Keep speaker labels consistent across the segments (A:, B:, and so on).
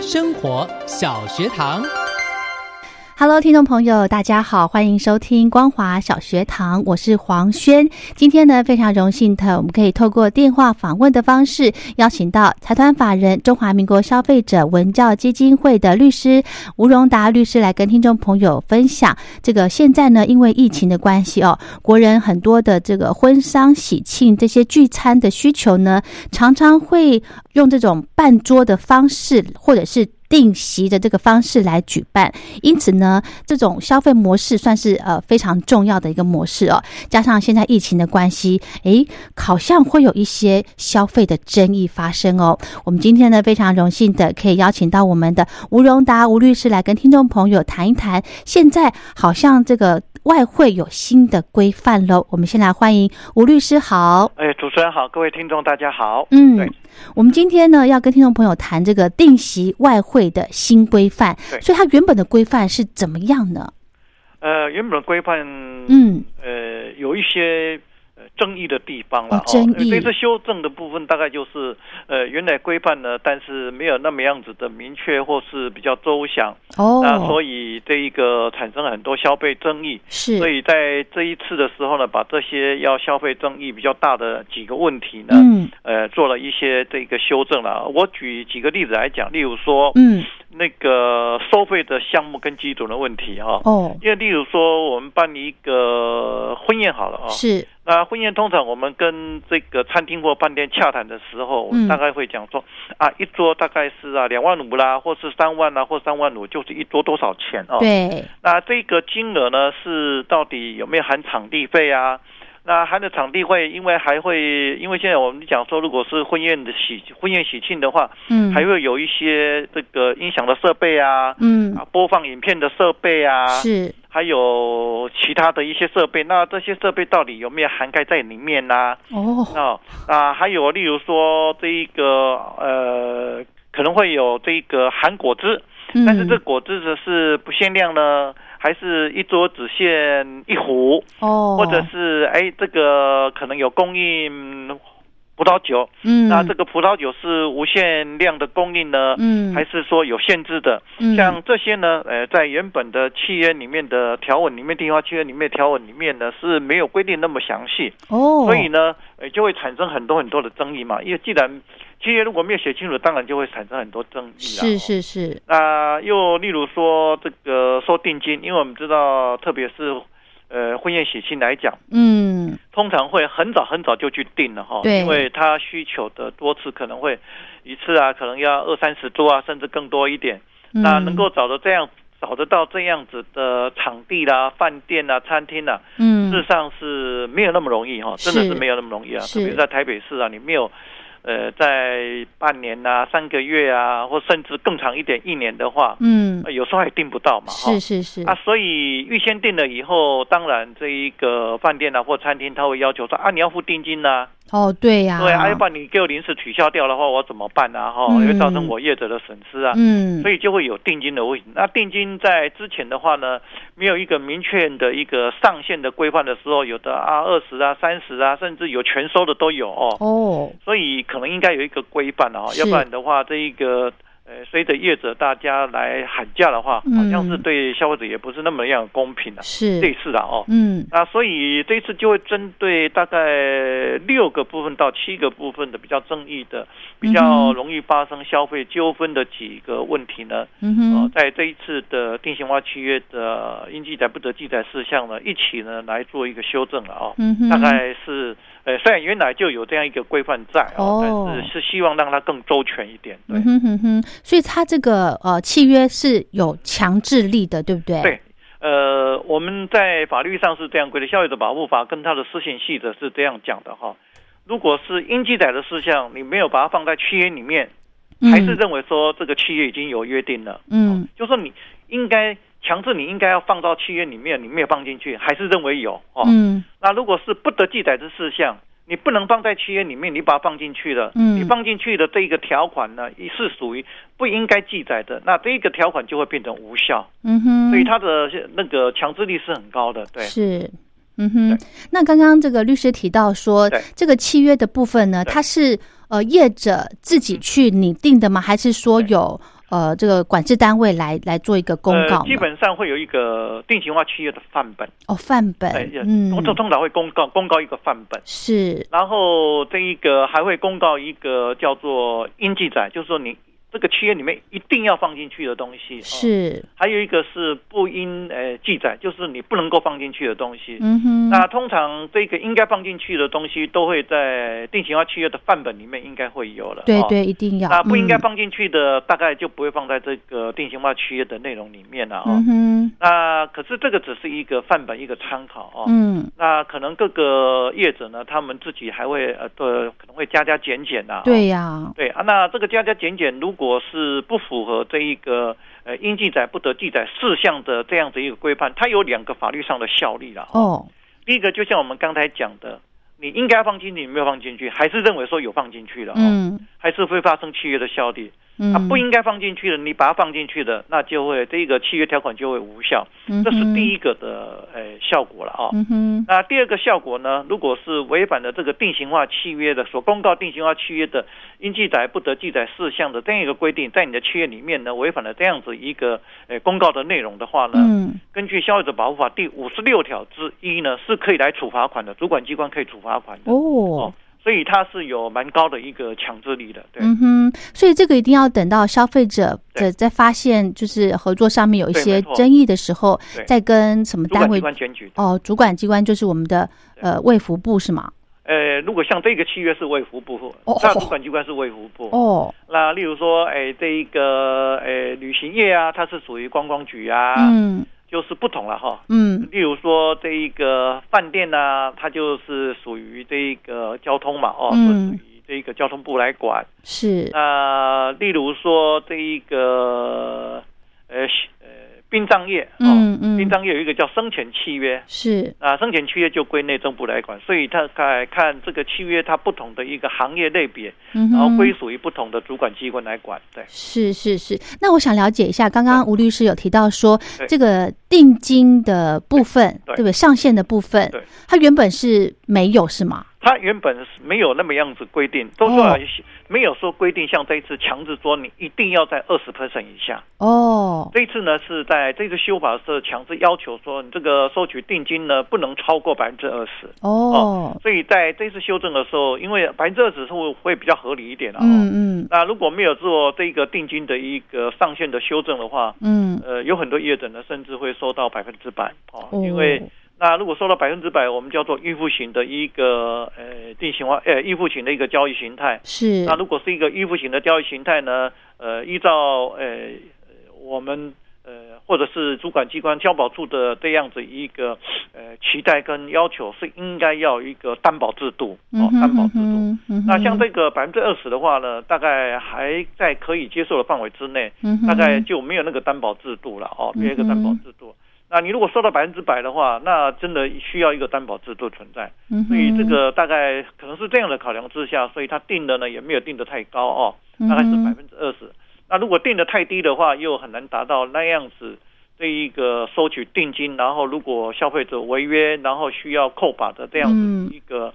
A: 生活小学堂，
B: Hello，听众朋友，大家好，欢迎收听光华小学堂，我是黄轩。今天呢，非常荣幸的，我们可以透过电话访问的方式，邀请到财团法人中华民国消费者文教基金会的律师吴荣达律师来跟听众朋友分享这个现在呢，因为疫情的关系哦，国人很多的这个婚丧喜庆这些聚餐的需求呢，常常会用这种办桌的方式，或者是定席的这个方式来举办。因此呢，这种消费模式算是呃非常重要的一个模式哦。加上现在疫情的关系，诶，好像会有一些消费的争议发生哦。我们今天呢，非常荣幸的可以邀请到我们的吴荣达吴律师来跟听众朋友谈一谈，现在好像这个外汇有新的规范喽。我们先来欢迎吴律师好。
C: 哎，主持人好，各位听众大家好。
B: 嗯
C: 对，
B: 我们今天呢要跟听众朋友谈这个定息外汇的新规范，
C: 对
B: 所以它原本的规范是怎么样呢？
C: 呃，原本的规范，
B: 嗯，
C: 呃，有一些呃争议的地方了
B: 哦争
C: 因
B: 议
C: 为这次修正的部分大概就是，呃，原来规范呢，但是没有那么样子的明确或是比较周详，
B: 哦，
C: 那所以这一个产生了很多消费争议。
B: 是，
C: 所以在这一次的时候呢，把这些要消费争议比较大的几个问题呢，
B: 嗯
C: 呃，做了一些这个修正了。我举几个例子来讲，例如说，
B: 嗯，
C: 那个收费的项目跟基准的问题哈、
B: 哦，
C: 因为例如说我们办一个婚宴好了啊、
B: 是，
C: 那婚宴通常我们跟这个餐厅或饭店洽谈的时候，我
B: 嗯
C: 们大概会讲说、啊，一桌大概是啊两万五啦，或是三万啦，啊或三万五，就是一桌多少钱哦。
B: 对，
C: 那这个金额呢，是到底有没有含场地费啊？那含的场地费，因为还会，因为现在我们讲说，如果是婚宴的喜婚宴喜庆的话，
B: 嗯，
C: 还会有一些这个音响的设备啊，
B: 嗯，
C: 啊，播放影片的设备啊，
B: 是，
C: 还有其他的一些设备。那这些设备到底有没有涵盖在里面呢、
B: 哦，
C: 哦，啊，还有例如说这一个呃，可能会有这个含果汁，
B: 嗯，
C: 但是这果汁的是不限量呢，还是一桌只限一壶，
B: 哦，
C: 或者是哎这个可能有供应葡萄酒，
B: 嗯，
C: 那这个葡萄酒是无限量的供应呢？
B: 嗯，
C: 还是说有限制的，
B: 嗯
C: 像这些呢，呃，在原本的契约里面的条文里面，地方契约里面的条文里面呢是没有规定那么详细，
B: 哦，
C: 所以呢，呃，就会产生很多很多的争议嘛。因为既然契约如果没有写清楚，当然就会产生很多争议啦。
B: 是是是，
C: 那、又例如说这个收定金，因为我们知道，特别是呃婚宴喜庆来讲，
B: 嗯，
C: 通常会很早很早就去定了哈，
B: 对
C: 因为他需求的多次可能会一次啊，可能要二三十桌啊，甚至更多一点。那
B: 嗯
C: 能够找得这样找得到这样子的场地啦、饭店啦、餐厅啦，
B: 嗯
C: 事实上是没有那么容易哈，
B: 是
C: 真的是没有那么容易啊，
B: 是
C: 特别在台北市啊，你没有。呃，在半年呐、三个月啊，或甚至更长一点，一年的话，
B: 嗯
C: 呃有时候还订不到嘛，哈
B: 是是是
C: 啊，所以预先订了以后，当然这一个饭店啊或餐厅他会要求说啊，你要付定金呐、
B: 哦对呀，
C: 对啊，要不然你给我临时取消掉的话，我怎么办啊？哈、
B: 嗯
C: 也会造成我业者的损失啊，
B: 嗯，
C: 所
B: 以
C: 以就会有定金的问题。那定金在之前的话呢，没有一个明确的一个上限的规范的时候，有的啊二十啊三十啊，甚至有全收的都有哦，
B: 哦，
C: 所以可能应该有一个规范啊，
B: 是
C: 要不然的话，这一个呃，随着业者大家来喊价的话，好像是
B: 嗯
C: 对消费者也不是那么样公平啊的、类
B: 是，
C: 似的哦。
B: 嗯
C: 那所以这一次就会针对大概六个部分到七个部分的比较争议的、比较
B: 嗯哼
C: 容易发生消费纠纷的几个问题呢，
B: 嗯
C: 呃
B: 哼，，
C: 在这一次的定型化契约的应记载不得记载事项呢，一起呢来做一个修正了哦。
B: 嗯哼，
C: 大概是，呃，虽然原来就有这样一个规范在
B: 哦
C: 哦，但是是希望让它更周全一点，对
B: 嗯。哼哼哼，所以它这个呃契约是有强制力的，对不对？
C: 对，呃，我们在法律上是这样规定，《消费者保护法》跟它的施行细则是这样讲的哈。如果是应记载的事项，你没有把它放在契约里面，
B: 嗯，
C: 还是认为说这个契约已经有约定了，
B: 嗯
C: 就说你应该强制你应该要放到契约里面，你没有放进去，还是认为有哦。
B: 嗯
C: 那如果是不得记载的事项，你不能放在契约里面，你把它放进去了，
B: 嗯
C: 你放进去的这一个条款呢，也是属于不应该记载的，那这一个条款就会变成无效。
B: 嗯哼，
C: 所以它的那个强制力是很高的，对。
B: 是。嗯哼
C: 对，
B: 那刚刚这个律师提到说
C: 对，
B: 这个契约的部分呢，
C: 对嗯
B: 它是呃业者自己去拟定的吗？还是说
C: 对
B: 有呃这个管制单位来来做一个公告呢？
C: 呃，基本上会有一个定型化契约的范本，
B: 哦范本
C: 哎，也，
B: 嗯，
C: 通通常会公告公告一个范本，
B: 是，
C: 然后这一个还会公告一个叫做应记载，就是说你这个契约里面一定要放进去的东西，哦、
B: 是，
C: 还有一个是不应呃记载，就是你不能够放进去的东西。
B: 嗯哼，
C: 那通常这个应该放进去的东西，都会在定型化契约的范本里面应该会有了。
B: 对
C: 哦
B: 对，一定要
C: 那不应该
B: 嗯
C: 放进去的，大概就不会放在这个定型化契约的内容里面了哦
B: 嗯。哼，
C: 那可是这个只是一个范本，一个参考哦。
B: 嗯，
C: 那可能各个业者呢，他们自己还会呃，呃可能会加加减减呐、哦
B: 对呀，
C: 对啊，那这个加加减减，如果是不符合这一个呃应记载不得记载事项的这样子一个规范，它有两个法律上的效力啦。
B: 哦，
C: 第一个就像我们刚才讲的，你应该放进去，你没有放进去，还是认为说有放进去了、哦，
B: 嗯
C: 还是会发生契约的效力。
B: 嗯，
C: 啊，不应该放进去的，你把它放进去的，那就会这个契约条款就会无效，
B: 嗯
C: 这是第
B: 一，
C: 一个的呃效果了啊、哦。
B: 嗯哼，
C: 那第二个效果呢？如果是违反了这个定型化契约的所公告定型化契约的应记载不得记载事项的这样一个规定，在你的契约里面呢，违反了这样子一个呃公告的内容的话呢，
B: 嗯
C: 根据消费者保护法第五十六条之一呢，是可以来处罚款的，主管机关可以处罚款的，
B: 哦。
C: 所以它是有蛮高的一个强制力的，对。
B: 嗯哼，所以这个一定要等到消费者在
C: 对
B: 在发现就是合作上面有一
C: 对
B: 些
C: 没错
B: 争议的时候，
C: 对
B: 再跟什么
C: 主
B: 单
C: 管机
B: 位
C: 关检举的
B: 哦，主管机关就是我们的呃卫福部是吗？
C: 呃，如果像这个契约是卫福部，
B: 哦
C: 那主管机关是卫福部。
B: 哦，
C: 那例如说，哎，这一个哎旅行业啊，它是属于观光局啊，
B: 嗯
C: 就是不同了哈。
B: 嗯
C: 例如说，这一个饭店呢、它就是属于这一个交通嘛，哦，
B: 嗯
C: 是属于这一个交通部来管。
B: 是，
C: 那例如说，这一个呃是呃殡葬业，哦，
B: 嗯嗯
C: 殡葬业有一个叫生前契约，
B: 是
C: 啊，生前契约就归内政部来管，所以他看看这个契约它不同的一个行业类别，
B: 嗯
C: 然后
B: 哼
C: 归属于不同的主管机关来管。对，
B: 是是是，那我想了解一下，刚刚吴律师有提到说，
C: 对
B: 这个定金的部分，
C: 对
B: 对不对？上限的部分
C: 对，
B: 它原本是没有是吗？
C: 它原本是没有那么样子规定，都说、
B: 哦
C: 没有说规定，像这一次强制说你一定要在二十 percent 以下。
B: 哦，
C: 这一次呢是在这次修法是强制要求说你这个收取定金呢不能超过百分之二十。
B: 哦，
C: 所以在这次修正的时候，因为百分之二十是会会比较合理一点啊、哦。
B: 嗯嗯
C: 那如果没有做这个定金的一个上限的修正的话，
B: 嗯，
C: 呃，有很多业者呢，甚至会收到百分之百哦，
B: 哦
C: 因为那如果收到百分之百，我们叫做预付型的一个呃定型化呃预付型的一个交易形态。
B: 是
C: 那如果是一个预付型的交易形态呢，呃，依照呃我们呃或者是主管机关消保处的这样子一个呃期待跟要求，是应该要有一个担保制度
B: 嗯，
C: 哦
B: 哼
C: 担保制度。
B: 嗯哼
C: 那像这个百分之二十的话呢，大概还在可以接受的范围之内。
B: 嗯哼
C: 大概就没有那个担保制度了哦，没有一个担保制度。那你如果收到百分之百的话，那真的需要一个担保制度存在。
B: 嗯哼
C: 所以这个大概可能是这样的考量之下，所以它定的呢也没有定的太高哦，大概是
B: 嗯哼
C: 百分之二十。那如果定的太低的话，又很难达到那样子这一个收取定金，然后如果消费者违约，然后需要扣把的这样
B: 嗯
C: 子一个、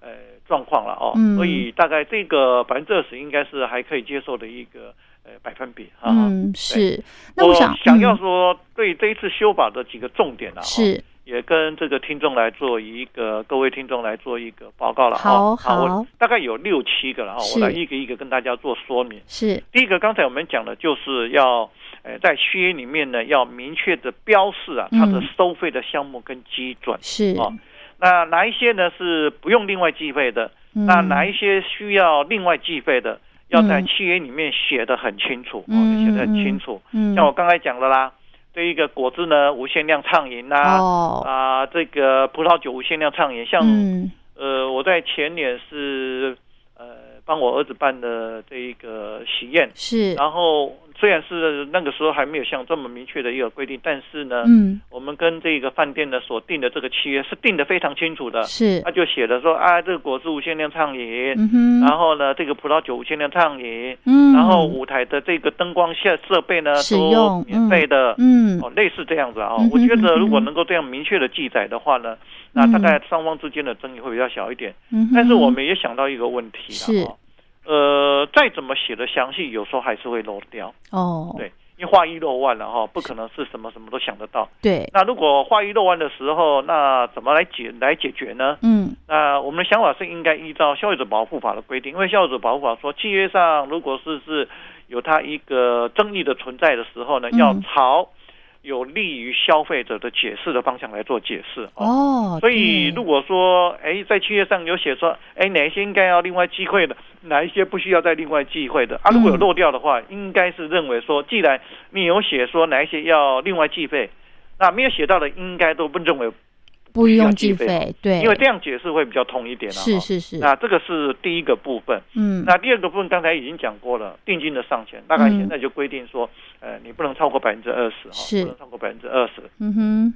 C: 呃状况了哦。
B: 嗯
C: 所以大概这个百分之二十应该是还可以接受的一个呃百分比啊。
B: 嗯，是。那
C: 我
B: 我想，
C: 想要
B: 嗯
C: 说，对这一次修法的几个重点啊，
B: 是
C: 也跟这个听众来做一个，各位听众来做一个报告了
B: 好
C: 啊。
B: 好
C: 我大概有六七个了啊，
B: 是
C: 我来一个一个跟大家做说明。
B: 是
C: 第一个，刚才我们讲的就是要，呃，在约里面呢，要明确的标示啊，它的
B: 嗯
C: 收费的项目跟基准。
B: 是
C: 哦那哪一些呢是不用另外计费的？那
B: 嗯
C: 哪一些需要另外计费的？要在
B: 嗯
C: 契约里面写的很清楚，
B: 嗯
C: 哦，写的很清楚。
B: 嗯
C: 像我刚才讲的啦，这一个果汁呢无限量畅饮啦，
B: 哦
C: 啊、这个葡萄酒无限量畅饮。像、
B: 嗯
C: 呃，我在前年是呃帮我儿子办的这一个喜宴，
B: 是
C: 然后虽然是那个时候还没有像这么明确的一个规定，但是呢，
B: 嗯
C: 我们跟这个饭店呢所定的这个契约是定的非常清楚的，
B: 是
C: 他就写的说啊，这个果汁无限量畅饮，
B: 嗯哼，
C: 然后呢，这个葡萄酒无限量畅饮，
B: 嗯
C: 然后舞台的这个灯光设设备呢
B: 使
C: 都
B: 用
C: 免费的。
B: 嗯
C: 哦，类似这样子啊、
B: 嗯
C: 哦
B: 哼，
C: 我觉得如果
B: 嗯哼嗯
C: 能够这样明确的记载的话呢，那大概双方之间的争议会比较小一点。
B: 嗯哼，
C: 但是我们也想到一个问题
B: 是
C: 了、哦，呃，再怎么写的详细，有时候还是会漏掉，
B: 哦
C: 对，因为画一漏万了哈、哦，不可能是什么什么都想得到。
B: 对
C: 那如果画一漏万的时候，那怎么来解来解决呢？
B: 嗯
C: 那我们的想法是应该依照消费者保护法的规定，因为消费者保护法说，契约上如果是是有它一个争议的存在的时候呢，
B: 嗯
C: 要朝有利于消费者的解释的方向来做解释。
B: 哦，
C: 所以，
B: 对
C: 如果说，哎，在契约上有写说，哎，哪一些应该要另外忌讳的，哪一些不需要再另外忌讳的啊？如果有
B: 嗯
C: 漏掉的话，应该是认为说，既然你有写说哪一些要另外计费，那没有写到的，应该都不认为，
B: 不
C: 需要
B: 用
C: 计
B: 计
C: 费
B: 费，对，
C: 因为这样解释会比较通一点啊。
B: 是
C: 哦
B: 是是，
C: 那这个是第一个部分，
B: 嗯
C: 那第二个部分刚才已经讲过了，定金的上限，大概现在就规定说，呃，你不能超过百分之二十
B: 是
C: 哈，不能超过百分之二十。
B: 嗯哼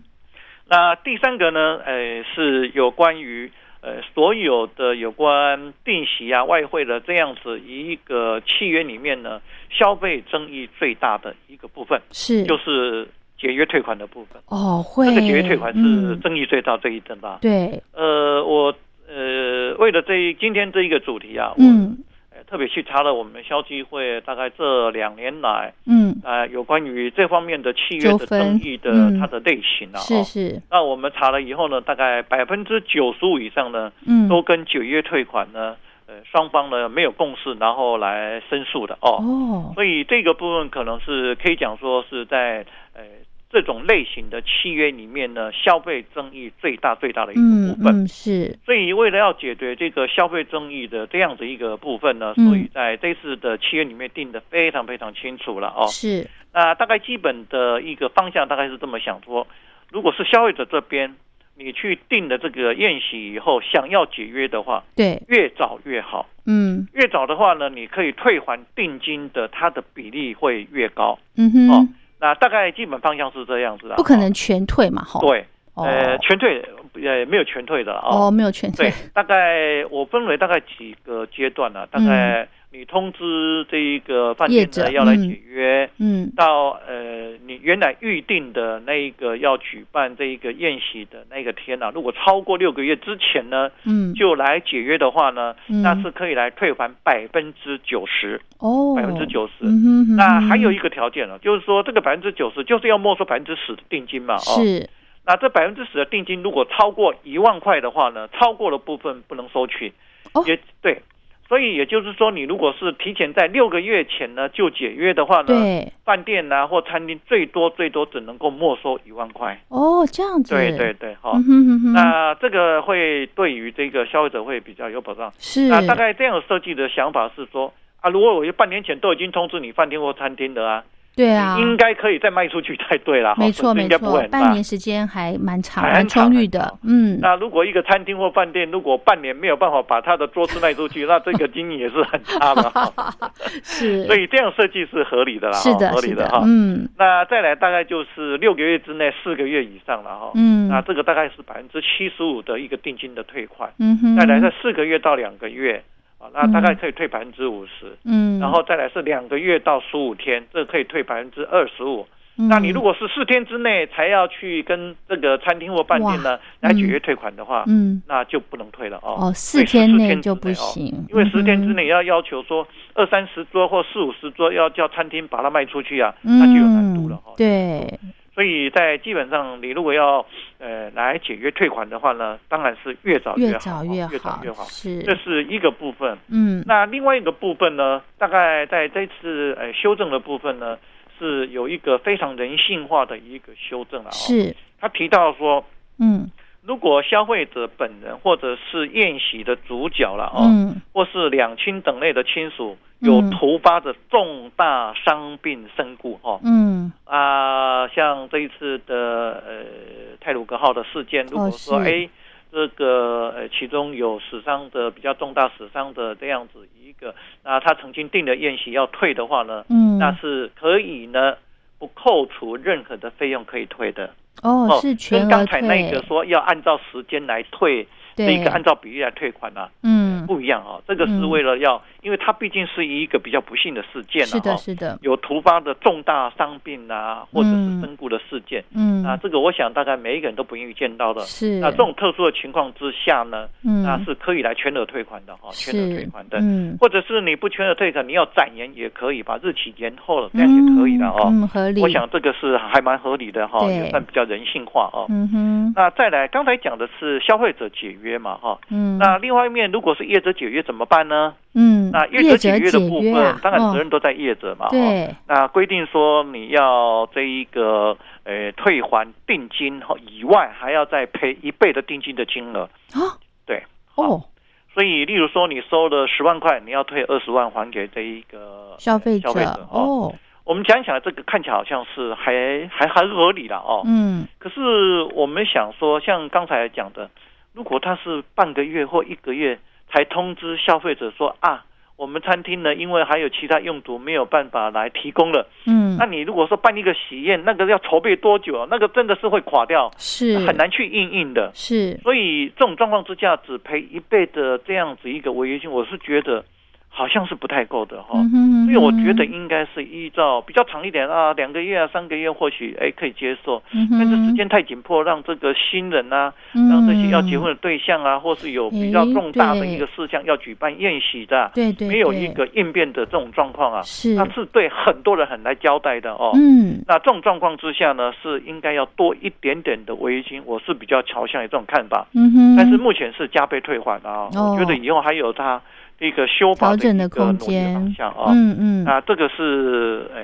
C: 那第三个呢，呃，是有关于呃所有的有关定息啊、外汇的这样子一个契约里面呢，消费争议最大的一个部分
B: 是
C: 就是解约退款的部分。
B: 哦会
C: 这个解约退款是
B: 嗯
C: 争议最大、最一争大。
B: 对
C: 呃，我呃为了这一今天这一个主题啊，我、
B: 嗯
C: 呃特别去查了我们消基会大概这两年来
B: 嗯
C: 啊、呃有关于这方面的契约
B: 纠
C: 的
B: 纷
C: 争议的
B: 嗯
C: 它的类型啊、
B: 是
C: 哦
B: 是
C: 那我们查了以后呢，大概百分之九十五以上呢，
B: 嗯
C: 都跟解约退款呢，呃，双方呢没有共识，然后来申诉的哦。
B: 哦
C: 所以这个部分可能是可以讲说是在呃这种类型的契约里面呢，消费争议最大最大的一个
B: 嗯
C: 部分。
B: 嗯是
C: 所以为了要解决这个消费争议的这样子一个部分呢，
B: 嗯
C: 所以在这次的契约里面定的非常非常清楚了哦。
B: 是
C: 那大概基本的一个方向大概是这么想说，如果是消费者这边你去订的这个宴席以后，想要解约的话，
B: 对
C: 越早越好。
B: 嗯
C: 越早的话呢，你可以退还定金的，它的比例会越高。
B: 嗯哼、
C: 哦那大概基本方向是这样子的，
B: 不可能全退嘛哈
C: 哦。对，
B: 哦
C: 呃，全退呃没有全退的
B: 哦
C: 哦。
B: 没有全退
C: 对，大概我分为大概几个阶段呢、大概你通知这一个饭
B: 嗯
C: 店
B: 业者
C: 呢要来
B: 嗯
C: 解约。
B: 嗯
C: 到呃，你原来预定的那一个要举办这一个宴席的那个天啊，如果超过六个月之前呢，
B: 嗯
C: 就来解约的话呢，
B: 嗯
C: 那是可以来退还百分之九十，
B: 哦
C: 百分之九十。
B: 嗯哼嗯哼
C: 那还有一个条件呢、啊就是说这个百分之九十就是要没收百分之十的定金嘛，哦，
B: 是
C: 那这百分之十的定金如果超过一万块的话呢，超过的部分不能收取，
B: 哦
C: 也对，所以也就是说，你如果是提前在六个月前呢就解约的话呢，
B: 对
C: 饭店呐、或餐厅最多最多只能够没收一万块。
B: 哦这样子
C: 对对对，好、
B: 嗯哼哼哼
C: 那这个会对于这个消费者会比较有保障。
B: 是
C: 那大概这样设计的想法是说。啊，如果我半年前都已经通知你饭店或餐厅的啊，
B: 对啊
C: 你应该可以再卖出去才对啦。哈
B: 没错
C: 损失
B: 没
C: 应该不
B: 错
C: 会，很大
B: 半年时间还蛮长
C: 还
B: 蛮
C: 很长
B: 充裕
C: 很
B: 的
C: 长
B: 嗯
C: 那如果一个餐厅或饭店如果半年没有办法把他的桌子卖出去，那这个经营也是很 差的。哈
B: 是
C: 所以这样设计是合理的啦，哦
B: 是的
C: 哈合
B: 是
C: 理
B: 的
C: 哈。
B: 嗯
C: 那再来大概就是六个月之内四个月以上了哈。
B: 嗯
C: 哦那这个大概是百分之七十五的一个定金的退款，
B: 嗯哼
C: 再来是四个月到两个月啊，那
B: 嗯
C: 大概可以退百分之五十，
B: 嗯
C: 然后再来是两个月到十五天，这可以退百分之二十五，
B: 嗯
C: 那你如果是四天之内才要去跟这个餐厅或饭店呢
B: 哇
C: 来解约退款的话，
B: 嗯
C: 那就不能退了哦。
B: 哦，四
C: 对
B: 天
C: 14
B: 内
C: 之
B: 就不
C: 哦
B: 行，
C: 因为十天
B: 嗯
C: 之
B: 哼
C: 内要要求说二三十桌或四五十桌要叫餐厅把它卖出去啊，
B: 嗯，
C: 那就有难度了哈、哦。
B: 对，
C: 所以在基本上，你如果要呃来解约退款的话呢，当然是越早
B: 越
C: 好
B: 早
C: 哦，
B: 越
C: 越早越好。这
B: 是，
C: 是一个部分。
B: 嗯
C: 那另外一个部分呢，大概在这次呃修正的部分呢，是有一个非常人性化的一个修正了、哦。，
B: 是，
C: 他提到说，
B: 嗯
C: 如果消费者本人或者是宴席的主角了哦，
B: 嗯
C: 或是两亲等类的亲属
B: 嗯
C: 有突发的重大伤病身故哦
B: 嗯，
C: 啊、像这一次的呃泰鲁格号的事件，如果说
B: 哦是
C: 哎、这个呃其中有死伤的比较重大死伤的这样子一个，那他曾经订的宴席要退的话呢，
B: 嗯，
C: 那是可以呢不扣除任何的费用可以退的
B: 哦是全
C: 跟
B: 额
C: 刚才那
B: 退
C: 个，说要按照时间来退，这
B: 对
C: 一个，按照比例来退款啊。
B: 嗯，
C: 不一样哦，这个是
B: 嗯
C: 为了要，因为它毕竟是一个比较不幸的事件
B: 是
C: 了、
B: 的，
C: 哦，
B: 是的，
C: 有突发的重大伤病啊，或者是身故的事件、
B: 嗯
C: 啊，这个我想大概每一个人都不愿意见到的。
B: 是，
C: 那这种特殊的情况之下呢，
B: 嗯
C: 那是可以来全额退款的哈、哦，全额退
B: 是
C: 款的。
B: 嗯，
C: 或者是你不全额退款，你要展延也可以，把日期延后了，这样也可以的哦。
B: 嗯，嗯合理，
C: 我想这个是还蛮合理的哈、
B: 对
C: 也算比较人性化哦。
B: 嗯哼，
C: 那再来，刚才讲的是消费者解约嘛哈、
B: 嗯，
C: 那另外一面，如果是业者解约怎么办呢？
B: 嗯，
C: 那业
B: 业
C: 解
B: 者
C: 约的部分，
B: 啊
C: 当然
B: 哦
C: 责任都在业者嘛。哦。
B: 对，
C: 那规定说你要这一个呃退还定金哦以外，还要再赔一倍的定金的金额。
B: 哦
C: 对。好
B: 哦，
C: 所以，例如说你收了十万块，你要退二十万还给这一个呃
B: 消费
C: 消费者哦。
B: 哦，
C: 我们讲起来，这个看起来好像是还还还合理了哦。
B: 嗯
C: 可是我们想说，像刚才讲的，如果他是半个月或一个月才通知消费者说啊，我们餐厅呢，因为还有其他用途没有办法来提供了，
B: 嗯
C: 那，你如果说办一个喜宴，那个要筹备多久啊？那个真的是会垮掉，
B: 是
C: 很难去应应的。
B: 是，
C: 所以这种状况之下，只赔一倍的这样子一个违约金，我是觉得好像是不太够的哈、
B: 嗯哼，
C: 所以哦我觉得应该是依照比较长一点啊，两个月啊、三个月或许哎可以接受，
B: 嗯哼，嗯
C: 但是时间太紧迫，让这个新人啊，让
B: 让
C: 这些要结婚的对象啊，或是有比较
B: 诶
C: 重大的
B: 对
C: 一个事项要举办宴席的啊，
B: 对对，
C: 没有
B: 对
C: 一个应变的这种状况啊，
B: 是，
C: 那是对很多人很难交代的哦。
B: 嗯
C: 那这种状况之下呢，是应该要多一点点的违约金，我是比较朝向于这种看法。
B: 嗯哼，
C: 但是目前是加倍退还啊，
B: 哦
C: 我觉得以后还有它一个修法
B: 调整的
C: 一个努
B: 空
C: 力的方
B: 间
C: 向啊。
B: 嗯嗯
C: 那这个是呃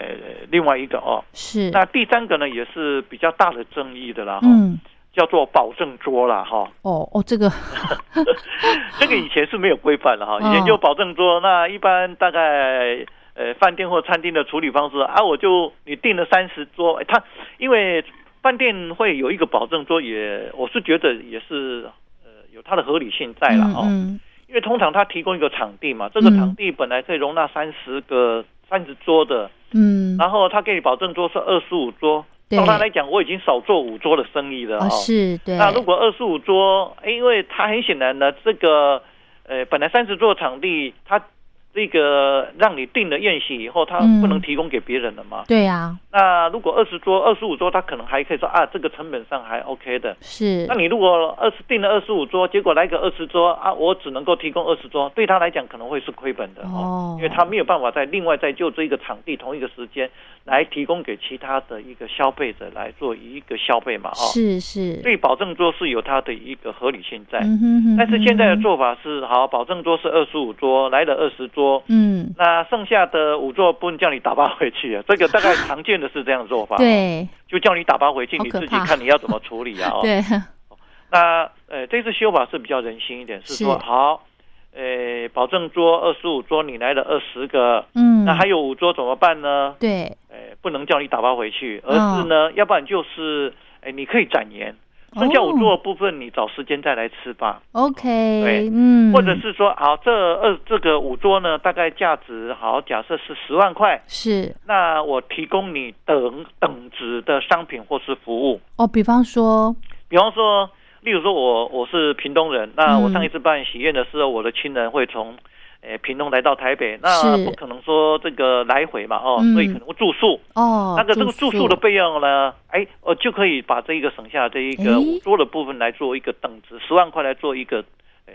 C: 另外一个哦。
B: 是，
C: 那第三个呢，也是比较大的争议的啦，哈、
B: 嗯
C: 叫做保证桌啦， 哈、
B: 哦哦 这个
C: 这个以前是没有规范的哈，
B: 嗯
C: 以前就保证桌，那一般大概呃饭店或餐厅的处理方式啊，我就你订了三十桌，哎他因为饭店会有一个保证桌也，我是觉得也是呃有它的合理性在了
B: 嗯
C: 哦，
B: 嗯
C: 因为通常它提供一个场地嘛，这个
B: 嗯
C: 场地本来可以容纳三十个三十桌的，
B: 嗯
C: 然后他给你保证桌是二十五桌，
B: 对
C: 照他来讲，我已经少做五桌的生意了
B: 哦
C: 哦。
B: 是对，
C: 那如果二十五桌，哎因为他很显然呢，这个呃本来三十座场地，他这个让你定了宴席以后，他
B: 嗯
C: 不能提供给别人了嘛。
B: 对啊
C: 那如果二十桌、二十五桌，他可能还可以说啊，这个成本上还 OK 的。
B: 是
C: 那你如果二十定了二十五桌，结果来个二十桌啊，我只能够提供二十桌，对他来讲可能会是亏本的
B: 哦
C: 因为他没有办法在另外再就这一个场地同一个时间来提供给其他的一个消费者来做一个消费嘛哦。
B: 是是，
C: 所以保证桌是有它的一个合理性在，
B: 嗯哼哼，
C: 但是现在的
B: 嗯
C: 做法是，好，保证桌是二十五桌，来了二十桌。
B: 嗯
C: 那剩下的五座不能叫你打包回去啊，这个大概常见的是这样的做 法，，
B: 对
C: 就叫你打包回去，
B: 好
C: 你
B: 可
C: 自己
B: 怕
C: 看你要怎么处理啊、哦。
B: 对
C: 那呃，这次修法是比较人性一点，是说
B: 是
C: 好，呃，保证桌二十五桌，你来了二十个，
B: 嗯
C: 那还有五桌怎么办呢？
B: 对
C: 呃，不能叫你打包回去，而
B: 嗯
C: 是呢，要不然就是，哎、你可以展延，剩下
B: 哦
C: 五桌的部分你找时间再来吃吧，
B: OK
C: 对
B: 嗯，
C: 或者是说，好，这二这个五桌呢，大概价值好，假设是十万块。
B: 是
C: 那我提供你等等值的商品或是服务，
B: 哦，比方说
C: 比方说，例如说我我是屏东人，那
B: 嗯
C: 我上一次办喜宴的时候，我的亲人会从呃屏东来到台北，那
B: 是
C: 不可能说这个来回嘛哦，
B: 嗯
C: 所以可能住宿。
B: 哦，
C: 那个这个住宿的费用呢，哎，我就可以把这一个省下这一个
B: 诶
C: 多的部分来做一个等值，十万块来做一个，呃，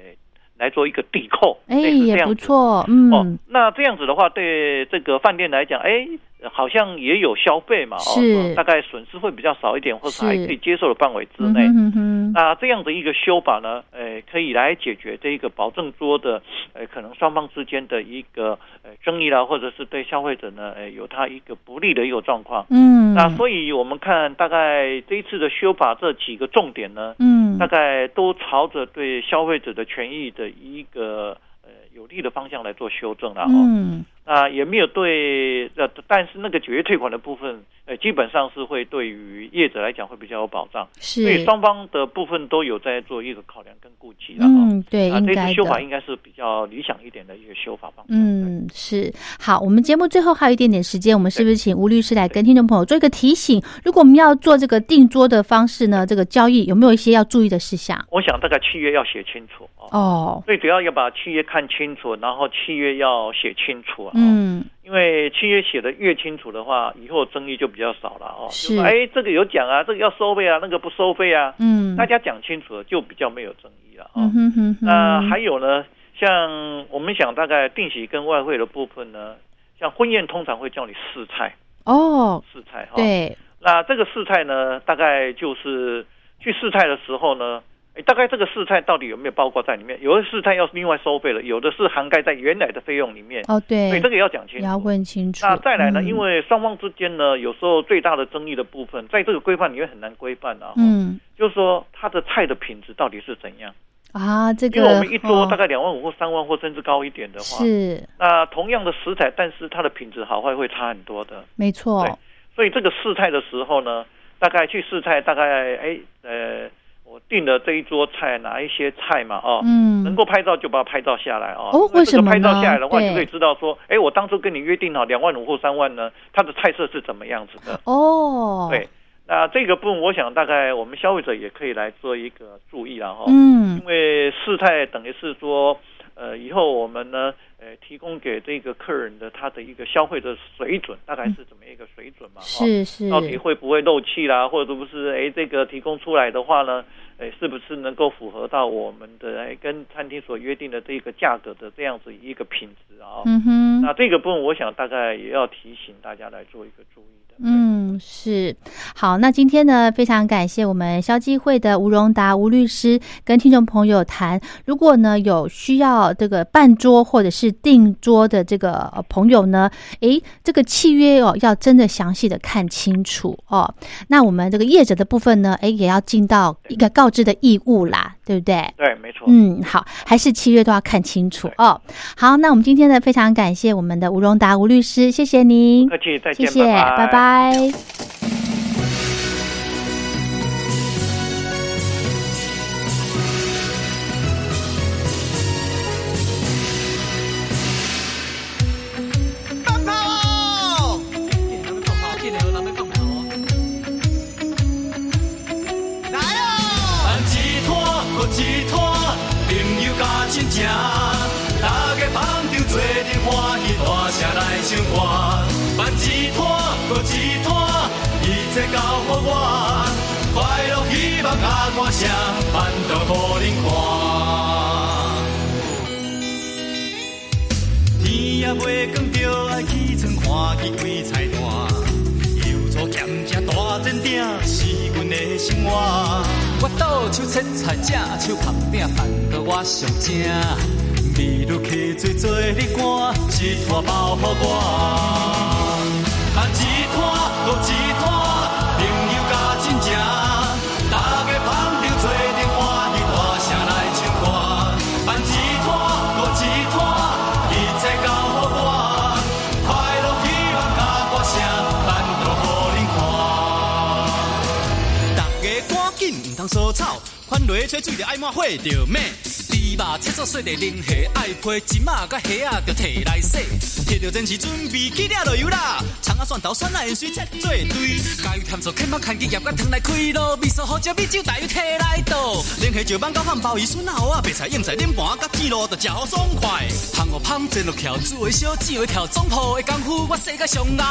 C: 来做一个抵扣，
B: 哎
C: 类似这
B: 也
C: 样
B: 不
C: 子。
B: 错，
C: 哦
B: 嗯，，
C: 那这样子的话，对这个饭店来讲，哎，好像也有消费嘛，哦，
B: 是
C: 大概损失会比较少一点，或是
B: 是
C: 还可以接受的范围之
B: 嗯
C: 内。
B: 哼哼哼，
C: 那这样的一个修法呢，呃，可以来解决这一个保证桌的，呃，可能双方之间的一个呃争议啦，或者是对消费者呢，呃，有他一个不利的一个状况。
B: 嗯，
C: 那所以我们看，大概这一次的修法这几个重点呢，
B: 嗯
C: 大，概都朝着对消费者的权益的一个呃有利的方向来做修正了哦。
B: 嗯，
C: 那、也没有对呃，但是那个解约退款的部分，呃，基本上是会对于业者来讲会比较有保障，所以
B: 是，
C: 双方的部分都有在做一个考量跟顾及了哦。
B: 嗯，对，
C: 啊，
B: 应
C: 这次
B: 该
C: 修法
B: 的。
C: 应该是比较理想一点的一个修法方向。对
B: 嗯，是好。我们节目最后还有一点点时间，我们是不是请吴律师来跟听众朋友做一个提醒？如果我们要做这个定桌的方式呢，这个交易有没有一些要注意的事项？
C: 我想大概契约要写清楚哦。
B: 哦，
C: 最主要要把契约看清楚，然后契约要写清楚啊、哦。
B: 嗯，
C: 因为契约写的越清楚的话，以后争议就比较少了哦。
B: 是
C: 就说哎，这个有讲啊，这个要收费啊，那个不收费啊，
B: 嗯，
C: 大家讲清楚了，就比较没有争议了哦。
B: 嗯哼哼哼，
C: 那还有呢，像我们想大概定期跟外汇的部分呢，像婚宴通常会叫你试菜，
B: 哦，
C: 试菜哈、哦。
B: 对，
C: 那这个试菜呢，大概就是去试菜的时候呢。哎大概这个试菜到底有没有包括在里面？有的试菜要另外收费了，有的是涵盖在原来的费用里面，
B: 哦对
C: 所以，这个要讲清
B: 也要
C: 楚。
B: 问清楚。
C: 那再来呢？
B: 嗯
C: 因为双方之间呢，有时候最大的争议的部分，在这个规范里面很难规范啊。，
B: 嗯
C: 就是说它的菜的品质到底是怎样？
B: 啊，这
C: 因
B: 个
C: 为我们一桌大
B: 概
C: 概两万五或三万或甚至高一点的话，
B: 嗯是
C: 那同样的食材，但是它的品质好坏会差很多的。
B: 没错，
C: 对所以这个试菜的时候呢，大概去试菜，大概哎呃，我订了这一桌菜哪一些菜嘛哦。能
B: 嗯，
C: 够拍照就把它拍照下来哦。
B: 哦
C: 因
B: 为什
C: 这
B: 么
C: 个
B: 呢
C: 拍照下来的话，
B: 对
C: 你就可以知道说，哎，我当初跟你约定好两万五或三万呢，它的菜色是怎么样子的。
B: 哦，
C: 对，那这个部分，我想大概我们消费者也可以来做一个注意哦了哈、
B: 嗯
C: 因为事态等于是说，呃，以后我们呢，呃，提供给这个客人的他的一个消费的水准，大概是怎么一个水准嘛？哦。
B: 嗯是是
C: 到底会不会漏气啦，或者不是？哎，这个提供出来的话呢，哎，是不是能够符合到我们的哎跟餐厅所约定的这个价格的这样子一个品质啊、哦
B: 嗯哼，
C: 那这个部分，我想大概也要提醒大家来做一个注意的。对
B: 嗯，是好。那今天呢，非常感谢我们消基会的吴荣达吴律师跟听众朋友谈，如果呢有需要这个办桌或者是订桌的这个呃朋友呢，诶，这个契约哦要真的详细的看清楚哦。那我们这个业者的部分呢，诶，也要尽到一个告知的义务啦，对不对？
C: 对，没错。
B: 嗯，好，还是契约都要看清楚哦。好，那我们今天呢，非常感谢我们的吴荣达吴律师，谢谢您。
C: 客气，再
B: 谢
C: 见，
B: 谢，拜拜
D: 放炮哦！见了人要放炮哦！来哦！
E: 咱一摊搁一摊，朋友甲亲情，大家捧场做阵欢喜，大声来唱歌。办一摊搁一摊，伊这交予我，快乐希望啊歌声，办到互恁看。天也未光，就爱起床看见鬼菜大，油醋咸食大煎饼是阮的生活。
D: 我倒手切菜正，手拍饼饭到我上正。
E: 美女汽水做你干，一拖包予我。啊，一拖搁一拖，朋友甲亲情，大家捧场做阵欢喜，大声来唱歌。啊，一拖搁一拖，一切交予我，快乐希望甲歌声，咱都予恁看。
D: 大家赶紧，唔通疏草，款落吹水就爱满火着咩？猪鱼肉切做细块，零虾爱配金仔啊甲虾仔，着摕来洗。摕着煎匙准备起了落油啦，葱仔蒜头蒜仔盐水切做堆，加油添醋ค็末牵起叶甲汤来开咯，味素好椒米酒大油摕来倒，零虾石板到汉鲍鱼笋仔蚝啊，白菜用菜点盘甲鸡肉着食好爽快。香哦香，煎落跳，煮的烧，煎的跳，总铺的功夫我世界上牛。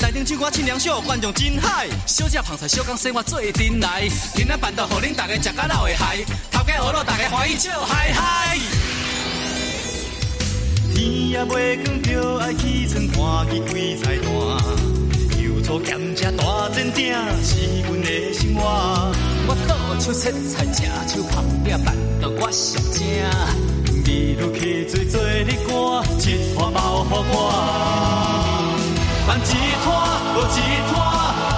D: 台顶唱歌清凉秀，观众真嗨，小只螃菜小港生活做阵来，今仔办到，互恁大家食甲老的嗨，头家好咯，大家欢喜笑嗨嗨。
E: 天也袂光，就爱起床看去鬼菜单，油醋咸食大煎鼎，是阮的生活。
D: 我倒手切菜，食手旁边饭，到我上正。
E: 你如汽水做你歌，一拖包予我，放一拖落一拖，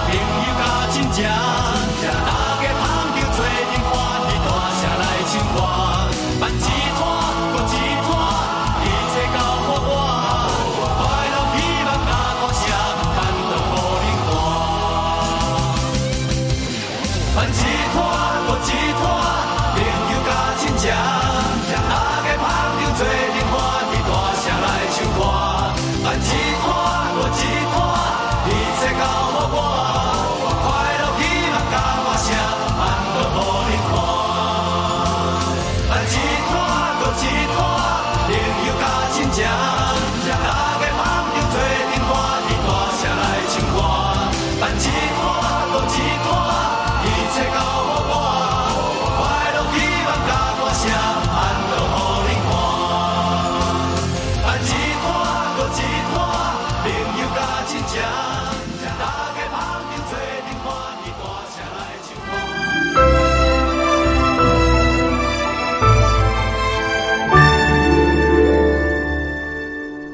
E: 朋友甲亲情，大家捧着做阵欢喜大声来唱歌，放一拖落一拖，一切交予我，快乐希望甲苦涩，牵到五零半，放一拖落一拖，朋友甲亲情。大家捧场做阵欢喜，大声来唱歌，咱一看我一看，一切交予我，快乐希望甲我声，万都无你看。咱一看我一看，朋友甲亲情，大家捧场做阵欢喜，大声来唱歌，咱一看我一看，一切交予我，快乐希望甲我声。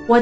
F: 我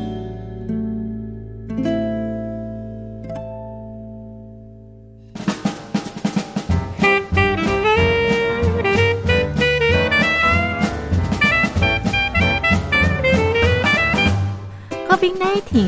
F: COVID-19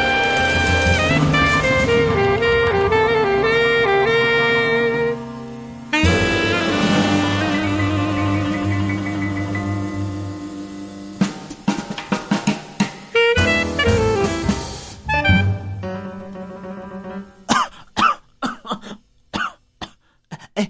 G: 啊哎